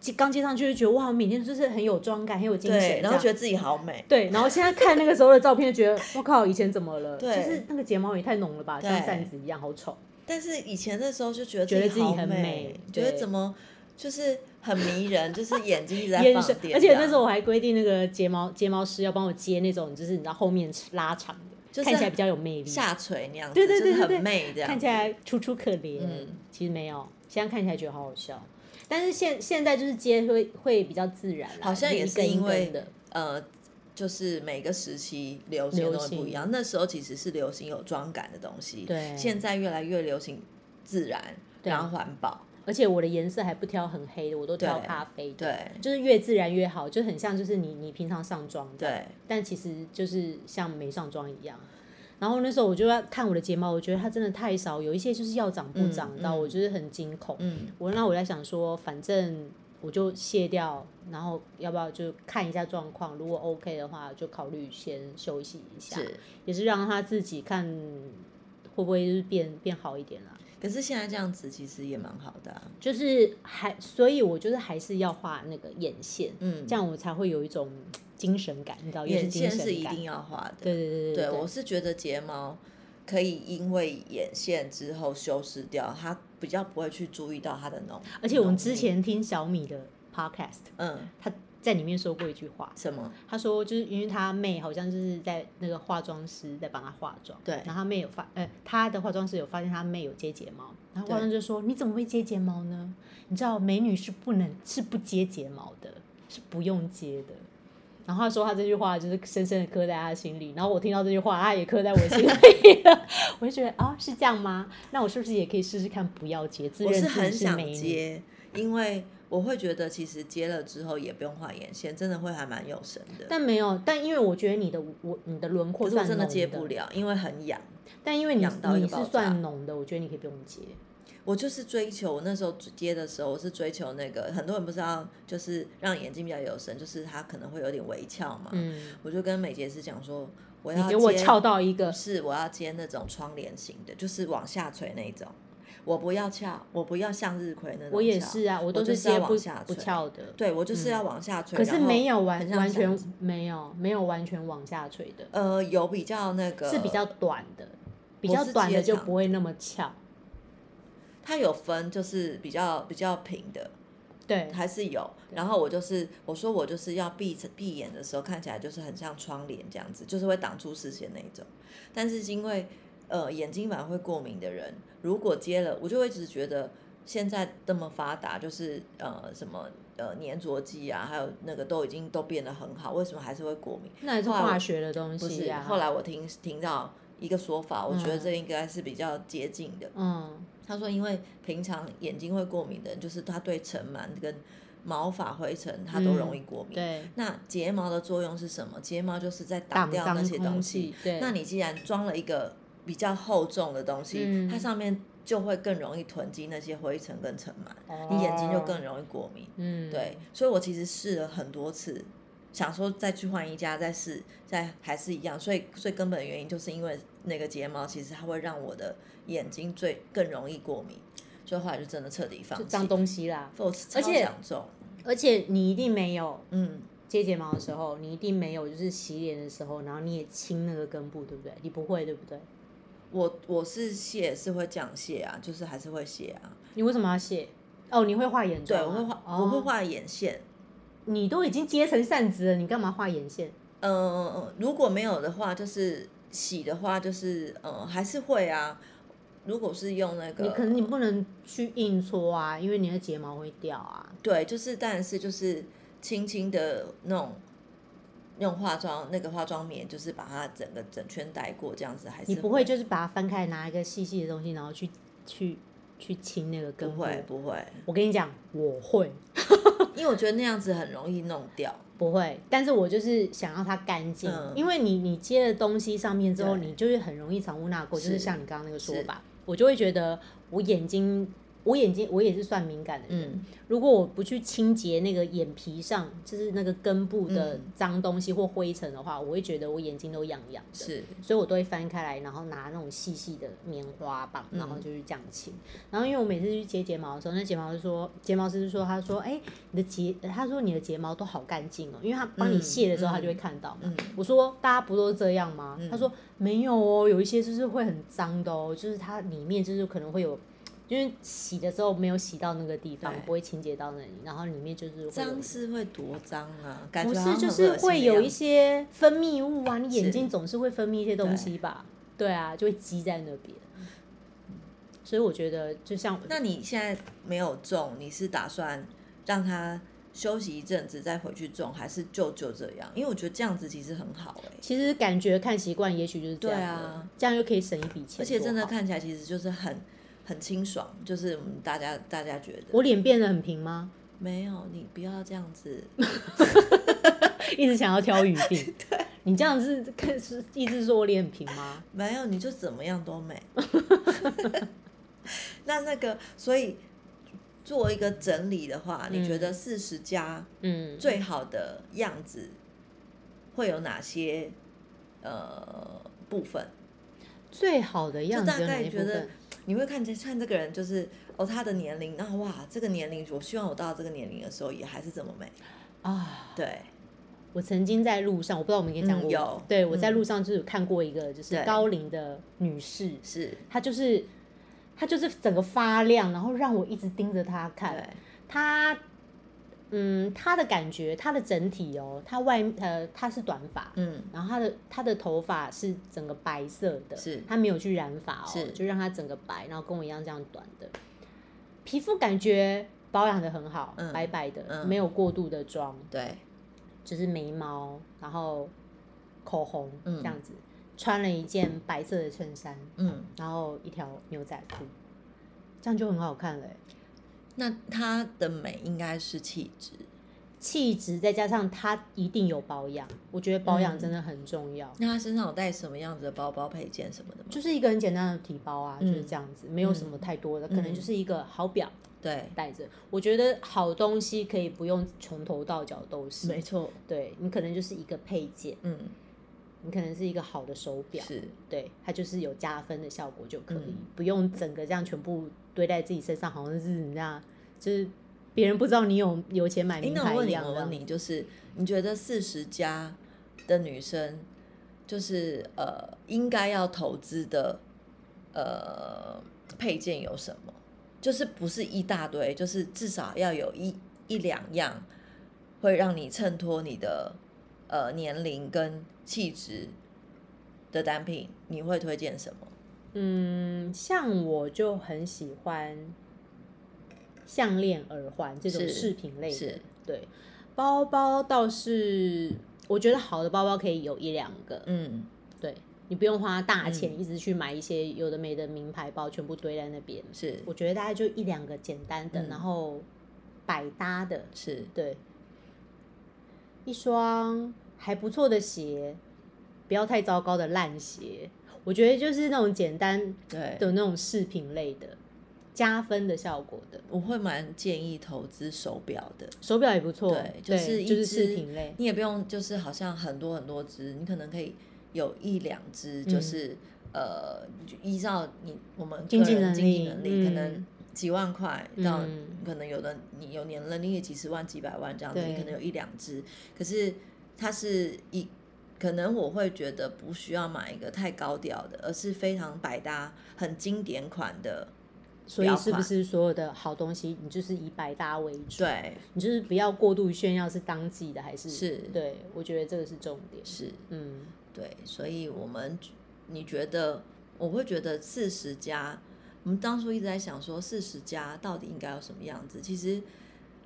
Speaker 1: 接刚接上去就觉得哇，每天就是很有妆感，很有精神这
Speaker 2: 对，
Speaker 1: 样，
Speaker 2: 然后觉得自己好美，
Speaker 1: 对，然后现在看那个时候的照片，就觉得我靠，以前怎么了？
Speaker 2: 对
Speaker 1: 就是那个睫毛也太浓了吧，像
Speaker 2: 对
Speaker 1: 扇子一样，好丑。
Speaker 2: 但是以前那时候就觉得
Speaker 1: 觉得自己
Speaker 2: 好
Speaker 1: 很
Speaker 2: 美
Speaker 1: 美，
Speaker 2: 觉得
Speaker 1: 对
Speaker 2: 怎么就是很迷人，就是眼睛一直在
Speaker 1: 眼
Speaker 2: 放
Speaker 1: 神，
Speaker 2: 电，
Speaker 1: 而且那时候我还规定那个睫毛睫毛师要帮我接那种，就是你知道后面拉长的，
Speaker 2: 就是
Speaker 1: 看起来比较有魅力，
Speaker 2: 下垂那样子，
Speaker 1: 对对对
Speaker 2: 就是
Speaker 1: 对对
Speaker 2: 很媚这样子，
Speaker 1: 看起来楚楚可怜。
Speaker 2: 嗯
Speaker 1: 其实没有，现在看起来觉得好好笑。但是现现在就是接会会比较自然啦，
Speaker 2: 好像
Speaker 1: 就
Speaker 2: 也
Speaker 1: 一
Speaker 2: 是
Speaker 1: 根一
Speaker 2: 因为
Speaker 1: 根的，
Speaker 2: 呃，就是每个时期流行的东西不一样。那时候其实是流行有妆感的东西，
Speaker 1: 对
Speaker 2: 现在越来越流行自然，
Speaker 1: 对
Speaker 2: 然后环保，
Speaker 1: 而且我的颜色还不挑很黑的，我都挑
Speaker 2: 对
Speaker 1: 咖啡的，
Speaker 2: 对
Speaker 1: 就是越自然越好，就很像就是你你平常上妆这样
Speaker 2: 对，
Speaker 1: 但其实就是像没上妆一样。然后那时候我就要看我的睫毛，我觉得它真的太少，有一些就是要长不长
Speaker 2: 嗯
Speaker 1: 到，
Speaker 2: 嗯
Speaker 1: 我就是很惊恐。
Speaker 2: 嗯，
Speaker 1: 我那我在想说，反正我就卸掉，然后要不要就看一下状况，如果 OK 的话，就考虑先休息一下，
Speaker 2: 是。
Speaker 1: 也是让他自己看会不会就是变变好一点啦。
Speaker 2: 可是现在这样子其实也蛮好的啊、
Speaker 1: 就是还，所以我就是还是要画那个眼线，
Speaker 2: 嗯
Speaker 1: 这，样我才会有一种精神感，你知道，哦也是
Speaker 2: 眼
Speaker 1: 精
Speaker 2: 线
Speaker 1: 神
Speaker 2: 是一
Speaker 1: 感
Speaker 2: 定。要画的，
Speaker 1: 对对对
Speaker 2: 对，
Speaker 1: 对，
Speaker 2: 我是觉得睫毛可以因为眼线之后修饰掉，它比较不会去注意到它的浓。
Speaker 1: 而且我们
Speaker 2: 浓
Speaker 1: 之
Speaker 2: 密，
Speaker 1: 前听小米的 podcast，
Speaker 2: 嗯，
Speaker 1: 他在里面说过一句话，
Speaker 2: 什么？
Speaker 1: 他说，就是因为他妹好像就是在那个化妆师在帮他化妆，
Speaker 2: 对
Speaker 1: 然后他妹有发，呃，他的化妆师有发现他妹有接睫毛，然后化妆
Speaker 2: 对
Speaker 1: 师就说：“你怎么会接睫毛呢？你知道美女是不能是不接睫毛的，是不用接的。”然后他说他这句话就是深深的刻在他心里，然后我听到这句话，他也刻在我心里了。 我就觉得啊、是这样吗？那我是不是也可以试试看不要接？自
Speaker 2: 我
Speaker 1: 认
Speaker 2: 是
Speaker 1: 自己
Speaker 2: 很想
Speaker 1: 美女
Speaker 2: 接，因为我会觉得其实接了之后也不用画眼线，真的会还蛮有神的。
Speaker 1: 但没有，但因为我觉得你的我你的轮廓
Speaker 2: 可是我
Speaker 1: 算
Speaker 2: 真的
Speaker 1: 浓
Speaker 2: 接不了，因为很痒。
Speaker 1: 但因为你
Speaker 2: 痒到一
Speaker 1: 你
Speaker 2: 个
Speaker 1: 是
Speaker 2: 爆炸
Speaker 1: 算浓的，我觉得你可以不用接。
Speaker 2: 我就是追求，我那时候接的时候，我是追求那个很多人不知道，就是让眼睛比较有神，就是它可能会有点微翘嘛。
Speaker 1: 嗯，
Speaker 2: 我就跟美睫师讲说，我
Speaker 1: 你
Speaker 2: 要
Speaker 1: 给我
Speaker 2: 接
Speaker 1: 翘到一
Speaker 2: 不
Speaker 1: 个，
Speaker 2: 是，我要接那种窗帘型的，就是往下垂那一种。我不要翘，我不要向日葵那种。
Speaker 1: 我也是。啊，我都
Speaker 2: 就是要
Speaker 1: 接不
Speaker 2: 往下
Speaker 1: 不
Speaker 2: 垂
Speaker 1: 翘的。
Speaker 2: 对，我就是
Speaker 1: 嗯
Speaker 2: 要往下垂。
Speaker 1: 可是
Speaker 2: 然后
Speaker 1: 没有完
Speaker 2: 很像
Speaker 1: 完全
Speaker 2: 扇子
Speaker 1: 没有没有完全往下垂的，
Speaker 2: 呃，有比较那个
Speaker 1: 是比较短的，比
Speaker 2: 我
Speaker 1: 较
Speaker 2: 是
Speaker 1: 短的
Speaker 2: 接
Speaker 1: 就
Speaker 2: 长
Speaker 1: 不会那么翘。
Speaker 2: 它有分，就是比较比较平的，
Speaker 1: 对，
Speaker 2: 还是有。然后我就是我说我就是要闭着闭眼的时候，看起来就是很像窗帘这样子，就是会挡住视线那一种。但是因为呃眼睛板会过敏的人，如果接了，我就会一直觉得现在这么发达，就是呃什么呃粘着剂啊，还有那个都已经都变得很好，为什么还是会过敏？
Speaker 1: 那也是
Speaker 2: 后来我
Speaker 1: 化学的东
Speaker 2: 不
Speaker 1: 西
Speaker 2: 是，
Speaker 1: 呀。
Speaker 2: 后来我听听到一个说法，我觉得
Speaker 1: 啊嗯
Speaker 2: 这应该是比较接近的。
Speaker 1: 嗯，
Speaker 2: 他说，因为平常眼睛会过敏的人，就是他对尘螨跟毛发、灰尘，它都容易过敏。
Speaker 1: 嗯对，
Speaker 2: 那睫毛的作用是什么？睫毛就是在
Speaker 1: 挡
Speaker 2: 挡掉那
Speaker 1: 脏
Speaker 2: 些东
Speaker 1: 空
Speaker 2: 西
Speaker 1: 气。，对，
Speaker 2: 那你既然装了一个比较厚重的东西，
Speaker 1: 嗯
Speaker 2: 它上面就会更容易囤积那些灰尘跟尘螨，你眼睛就更
Speaker 1: 哦
Speaker 2: 容易过敏。
Speaker 1: 嗯，
Speaker 2: 对，所以我其实试了很多次，想说再去换一家再试，再还是一样。所以最根本的原因就是因为那个睫毛，其实它会让我的眼睛最更容易过敏，所以后来就真的彻底放
Speaker 1: 就
Speaker 2: 弃。
Speaker 1: 脏东西啦。
Speaker 2: 我超
Speaker 1: 且
Speaker 2: 想中，
Speaker 1: 而且你一定没有
Speaker 2: 嗯，
Speaker 1: 接睫毛的时候，你一定没有就是洗脸的时候，然后你也清那个根部，对不对？你不会，对不对？
Speaker 2: 我我是卸是会讲卸啊，就是还是会卸啊。
Speaker 1: 你为什么要卸？哦，你会画眼
Speaker 2: 对，
Speaker 1: 妆啊、
Speaker 2: 我会画，
Speaker 1: 哦
Speaker 2: 我会。画眼线。
Speaker 1: 你都已经接成扇子了，你干嘛画眼线？
Speaker 2: 嗯、呃，如果没有的话，就是洗的话，就是嗯、呃，还是会啊。如果是用那个，
Speaker 1: 你可能你不能去硬搓啊，因为你的睫毛会掉啊。
Speaker 2: 对，就是但是就是轻轻的那种，用化妆那个化妆棉，就是把它整个整圈带过，这样子还是
Speaker 1: 你不会就是把它翻开，拿一个细细的东西，然后去去去清那个根
Speaker 2: 不
Speaker 1: 部？
Speaker 2: 会不会，
Speaker 1: 我跟你讲，我会
Speaker 2: 因为我觉得那样子很容易弄掉。
Speaker 1: 不会？但是我就是想要它干净，
Speaker 2: 嗯
Speaker 1: 因为你你接了东西上面之后，
Speaker 2: 对
Speaker 1: 你就是很容易藏污纳垢，就是
Speaker 2: 是
Speaker 1: 像你刚刚那个说
Speaker 2: 是
Speaker 1: 法，我就会觉得我眼睛。我眼睛我也是算敏感的人，
Speaker 2: 嗯，
Speaker 1: 如果我不去清洁那个眼皮上，就是那个根部的
Speaker 2: 嗯
Speaker 1: 脏东西或灰尘的话，我会觉得我眼睛都痒痒的。
Speaker 2: 是
Speaker 1: 所以我都会翻开来，然后拿那种细细的棉花棒，
Speaker 2: 嗯
Speaker 1: 然后就是这样清。然后因为我每次去接睫毛的时候，那睫毛就说，睫毛师就说，他说，哎、你的睫，他说你的睫毛都好干净哦，因为他帮你
Speaker 2: 嗯
Speaker 1: 卸的时候，
Speaker 2: 嗯
Speaker 1: 他就会看到嘛。
Speaker 2: 嗯
Speaker 1: 我说大家不都这样吗？
Speaker 2: 嗯
Speaker 1: 他说没有哦，有一些就是会很脏的哦，就是它里面就是可能会有，因为洗的时候没有洗到那个地方
Speaker 2: 对，
Speaker 1: 不会清洁到那里，然后里面就是会有
Speaker 2: 脏是会多脏啊，感
Speaker 1: 不
Speaker 2: 觉好
Speaker 1: 是，
Speaker 2: 像
Speaker 1: 就
Speaker 2: 很
Speaker 1: 是
Speaker 2: 恶心
Speaker 1: 会
Speaker 2: 的
Speaker 1: 有
Speaker 2: 样
Speaker 1: 一
Speaker 2: 子
Speaker 1: 些分泌物啊，你眼
Speaker 2: 是
Speaker 1: 睛总是会分泌一些东西吧？对啊，就会积在那边。嗯所以我觉得，就像
Speaker 2: 嗯那你现在没有种，你是打算让它休息一阵子再回去种，还是就就这样？因为我觉得这样子其实很好哎、
Speaker 1: 其实感觉看习惯，也许就是这样
Speaker 2: 对
Speaker 1: 了，
Speaker 2: 啊
Speaker 1: 这样又可以省一笔钱，
Speaker 2: 而且真的
Speaker 1: 多好，
Speaker 2: 看起来其实就是很很清爽，就是我们大家大家觉得
Speaker 1: 我脸变得很平吗？
Speaker 2: 没有，你不要这样子。
Speaker 1: 一直想要挑 语病，你这样是看是意思是说我脸很平吗？
Speaker 2: 没有，你就怎么样 都美。那那个，所以做一个整理的话，你觉得四十家
Speaker 1: 嗯，
Speaker 2: 最好的样子会有哪些呃部分？
Speaker 1: 最好的样
Speaker 2: 就
Speaker 1: 子
Speaker 2: 大
Speaker 1: 有哪
Speaker 2: 概
Speaker 1: 一部
Speaker 2: 觉得
Speaker 1: 分？
Speaker 2: 你会看这看这个人，就是哦他的年龄，那哇这个年龄，我希望我到这个年龄的时候也还是这么美。
Speaker 1: 啊？
Speaker 2: 对，
Speaker 1: 我曾经在路上，我不知道我们跟你讲
Speaker 2: 嗯
Speaker 1: 过，
Speaker 2: 有
Speaker 1: 对我在
Speaker 2: 嗯
Speaker 1: 路上就是有看过一个就是
Speaker 2: 对
Speaker 1: 高龄的女士，
Speaker 2: 是，
Speaker 1: 她就是她就是整个发亮，然后让我一直盯着她看。
Speaker 2: 对，
Speaker 1: 她嗯，她的感觉，她的整体哦，她外呃她是短发，
Speaker 2: 嗯，
Speaker 1: 然后她的她的头发是整个白色的，
Speaker 2: 是
Speaker 1: 她没有去染发哦
Speaker 2: 是，
Speaker 1: 就让她整个白，然后跟我一样这样短的，皮肤感觉保养的很好，
Speaker 2: 嗯
Speaker 1: 白白的，
Speaker 2: 嗯
Speaker 1: 没有过度的妆，
Speaker 2: 对，
Speaker 1: 就是眉毛，然后口红
Speaker 2: 嗯
Speaker 1: 这样子，穿了一件白色的衬衫，
Speaker 2: 嗯。
Speaker 1: 然后一条牛仔裤，这样就很好看了欸。
Speaker 2: 那她的美应该是气质，
Speaker 1: 气质再加上她一定有保养，我觉得保养
Speaker 2: 嗯
Speaker 1: 真的很重要。
Speaker 2: 那她身上有带什么样子的包包配件什么的吗？
Speaker 1: 就是一个很简单的提包啊，就是
Speaker 2: 嗯
Speaker 1: 这样子，没有什么太多的，可能
Speaker 2: 嗯
Speaker 1: 就是一个好表
Speaker 2: 对，
Speaker 1: 带着。我觉得好东西可以不用从头到脚都是，
Speaker 2: 错，
Speaker 1: 对你可能就是一个配件，
Speaker 2: 嗯，
Speaker 1: 你可能是一个好的手表，
Speaker 2: 是，
Speaker 1: 对，它就是有加分的效果就可以，
Speaker 2: 嗯
Speaker 1: 不用整个这样全部堆在自己身上，好像是你这样，就是别人不知道你有有钱买
Speaker 2: 哎
Speaker 1: 名，
Speaker 2: 那我
Speaker 1: 牌
Speaker 2: 问
Speaker 1: 一
Speaker 2: 你，
Speaker 1: 样
Speaker 2: 我
Speaker 1: 这样
Speaker 2: 问
Speaker 1: 子。
Speaker 2: 你，就是你觉得四十加的女生，就是呃，应该要投资的呃配件有什么？就是不是一大堆，就是至少要有一一两样，会让你衬托你的呃年龄跟气质的单品，你会推荐什么？
Speaker 1: 嗯，像我就很喜欢项链、耳环这种
Speaker 2: 是
Speaker 1: 饰品类的
Speaker 2: 是，
Speaker 1: 对，包包倒是我觉得好的包包可以有一两个，
Speaker 2: 嗯，
Speaker 1: 对你不用花大钱
Speaker 2: 嗯
Speaker 1: 一直去买一些有的没的名牌包，全部堆在那边。
Speaker 2: 是
Speaker 1: 我觉得大概就一两个简单的，
Speaker 2: 嗯
Speaker 1: 然后百搭的，
Speaker 2: 是
Speaker 1: 对，一双还不错的鞋，不要太糟糕的烂鞋。我觉得就是那种简单
Speaker 2: 对，
Speaker 1: 的那种饰品类的，加分的效果的
Speaker 2: 我会蛮建议投资手表的。
Speaker 1: 手表也不错，
Speaker 2: 对，就
Speaker 1: 对
Speaker 2: 是一
Speaker 1: 就是
Speaker 2: 只
Speaker 1: 饰品类，
Speaker 2: 你也不用就是好像很多很多只，你可能可以有一两只，
Speaker 1: 嗯
Speaker 2: 就是、呃，就依照你我们
Speaker 1: 经
Speaker 2: 个
Speaker 1: 济
Speaker 2: 人
Speaker 1: 能
Speaker 2: 经济
Speaker 1: 力
Speaker 2: 能力，可能
Speaker 1: 嗯
Speaker 2: 几万块到、
Speaker 1: 嗯
Speaker 2: 可能有的你有年能力几十万、几百万这样子，
Speaker 1: 对
Speaker 2: 你可能有一两只，可是它是一。可能我会觉得不需要买一个太高调的，而是非常百搭、很经典款的。
Speaker 1: 所以
Speaker 2: 表
Speaker 1: 是不
Speaker 2: 款
Speaker 1: 是所有的好东西，你就是以百搭为主？，
Speaker 2: 对，
Speaker 1: 你就是不要过度炫耀是当季的还是？
Speaker 2: 是
Speaker 1: 对，我觉得这个是重点。
Speaker 2: 是
Speaker 1: 嗯，
Speaker 2: 对，所以我们你觉得，我会觉得四十加，我们当初一直在想说四十加到底应该有什么样子，其实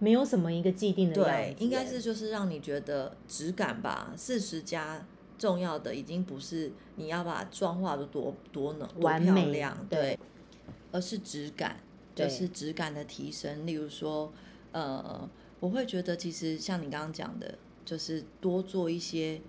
Speaker 1: 没有什么一个既定的样
Speaker 2: 对
Speaker 1: 子，
Speaker 2: 应该
Speaker 1: 欸
Speaker 2: 是就是让你觉得质感吧，四十加。重要的已经不是你要把妆化的多多浓多
Speaker 1: 完
Speaker 2: 漂
Speaker 1: 美
Speaker 2: 亮，
Speaker 1: 对
Speaker 2: 而是质感，
Speaker 1: 对
Speaker 2: 就是质感的提升。例如说，呃，我会觉得其实像你刚刚讲的，就是多做一些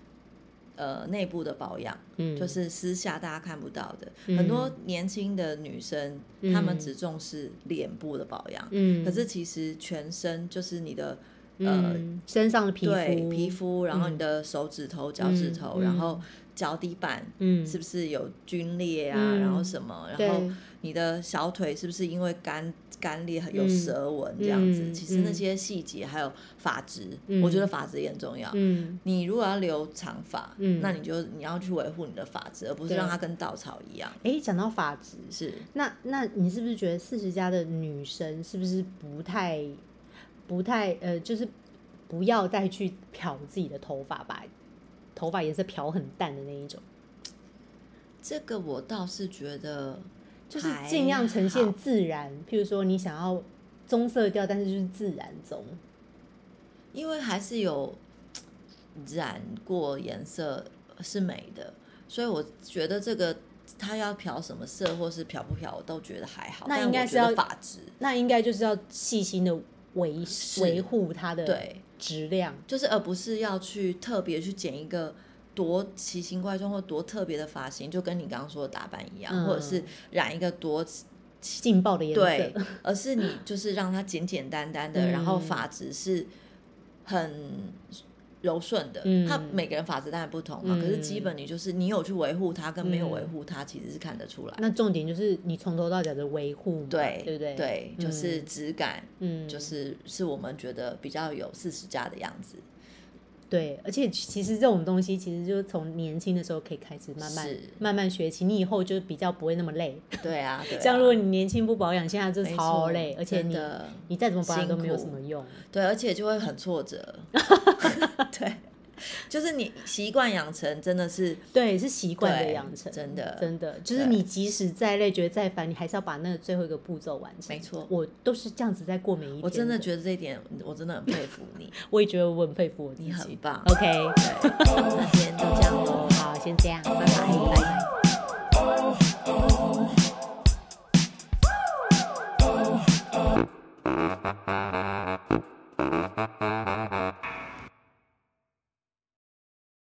Speaker 2: 呃内部的保养，
Speaker 1: 嗯，
Speaker 2: 就是私下大家看不到的。
Speaker 1: 嗯
Speaker 2: 很多年轻的女生，
Speaker 1: 嗯
Speaker 2: 她们只重视脸部的保养，
Speaker 1: 嗯，
Speaker 2: 可是其实全身就是你的呃
Speaker 1: 嗯，身上的皮
Speaker 2: 对
Speaker 1: 肤
Speaker 2: 皮肤，然后你
Speaker 1: 嗯
Speaker 2: 的手指头、脚趾头，
Speaker 1: 嗯
Speaker 2: 然后脚底板。
Speaker 1: 嗯
Speaker 2: 是不是有皲裂啊？
Speaker 1: 嗯
Speaker 2: 然后什么？然后
Speaker 1: 对
Speaker 2: 你的小腿是不是因为干干裂有蛇纹这样子？
Speaker 1: 嗯
Speaker 2: 其实那
Speaker 1: 嗯
Speaker 2: 些细节还有发质，
Speaker 1: 嗯
Speaker 2: 我觉得发质也很重要。
Speaker 1: 嗯
Speaker 2: 你如果要留长发，
Speaker 1: 嗯
Speaker 2: 那你就你要去维护你的发质，而不是
Speaker 1: 对
Speaker 2: 让它跟稻草一样。
Speaker 1: 哎，讲到发质，
Speaker 2: 是，
Speaker 1: 那那你是不是觉得四十加的女生是不是不太不太呃，就是不要再去漂自己的头发，把头发颜色漂很淡的那一种，
Speaker 2: 这个我倒是觉得
Speaker 1: 就是
Speaker 2: 还
Speaker 1: 尽量呈现
Speaker 2: 好
Speaker 1: 自然。譬如说你想要棕色调，但是就是自然棕，
Speaker 2: 因为还是有染过颜色是美的，所以我觉得这个它要漂什么色或是漂不漂，我都觉得还好。
Speaker 1: 那
Speaker 2: 但
Speaker 1: 应
Speaker 2: 我
Speaker 1: 该
Speaker 2: 觉
Speaker 1: 是要
Speaker 2: 得发质，
Speaker 1: 那应该就是要细心的维
Speaker 2: 是
Speaker 1: 维护它的
Speaker 2: 对
Speaker 1: 质量。
Speaker 2: 就是而不是要去特别去剪一个多奇形怪状或多特别的发型，就跟你刚刚说的打扮一样，
Speaker 1: 嗯
Speaker 2: 或者是染一个多
Speaker 1: 劲爆的颜
Speaker 2: 对
Speaker 1: 色，，
Speaker 2: 而是你就是让它简简单单的，然后
Speaker 1: 嗯
Speaker 2: 发质是很柔顺的。
Speaker 1: 嗯
Speaker 2: 它每个人发质当然不同嘛，可是基
Speaker 1: 嗯
Speaker 2: 本你就是你有去维护它，跟没有
Speaker 1: 嗯
Speaker 2: 维护它其实是看得出来。
Speaker 1: 那重点就是你从头到脚的维护嘛，
Speaker 2: 对
Speaker 1: 对不对？
Speaker 2: 对，就是
Speaker 1: 嗯
Speaker 2: 质感，
Speaker 1: 嗯，
Speaker 2: 就是是我们觉得比较有四十加的样子。
Speaker 1: 对，而且其实这种东西，其实就是从年轻的时候可以开始慢慢
Speaker 2: 是
Speaker 1: 慢慢学起，你以后就比较不会那么累。
Speaker 2: 对啊，对啊
Speaker 1: 像如果你年轻不保养，现在就
Speaker 2: 没
Speaker 1: 超
Speaker 2: 错
Speaker 1: 累，而且
Speaker 2: 真
Speaker 1: 你
Speaker 2: 的
Speaker 1: 你再怎么保养
Speaker 2: 辛
Speaker 1: 都
Speaker 2: 苦
Speaker 1: 没有什么用。
Speaker 2: 对，而且就会很挫 折。对，就是你习惯养成真的是
Speaker 1: 对，是习惯的
Speaker 2: 对
Speaker 1: 养成，
Speaker 2: 真的
Speaker 1: 真的，就是
Speaker 2: 对
Speaker 1: 你即使再累，觉得再烦，你还是要把那个最后一个步骤完成。
Speaker 2: 没错
Speaker 1: 我都是这样子在过每一天。
Speaker 2: 我真的觉得这一点，我真的很佩服 你，
Speaker 1: 得，我也觉得我很佩服我自己。
Speaker 2: 你很棒。
Speaker 1: OK，
Speaker 2: 对那今天就这样喽。
Speaker 1: 好，先这样。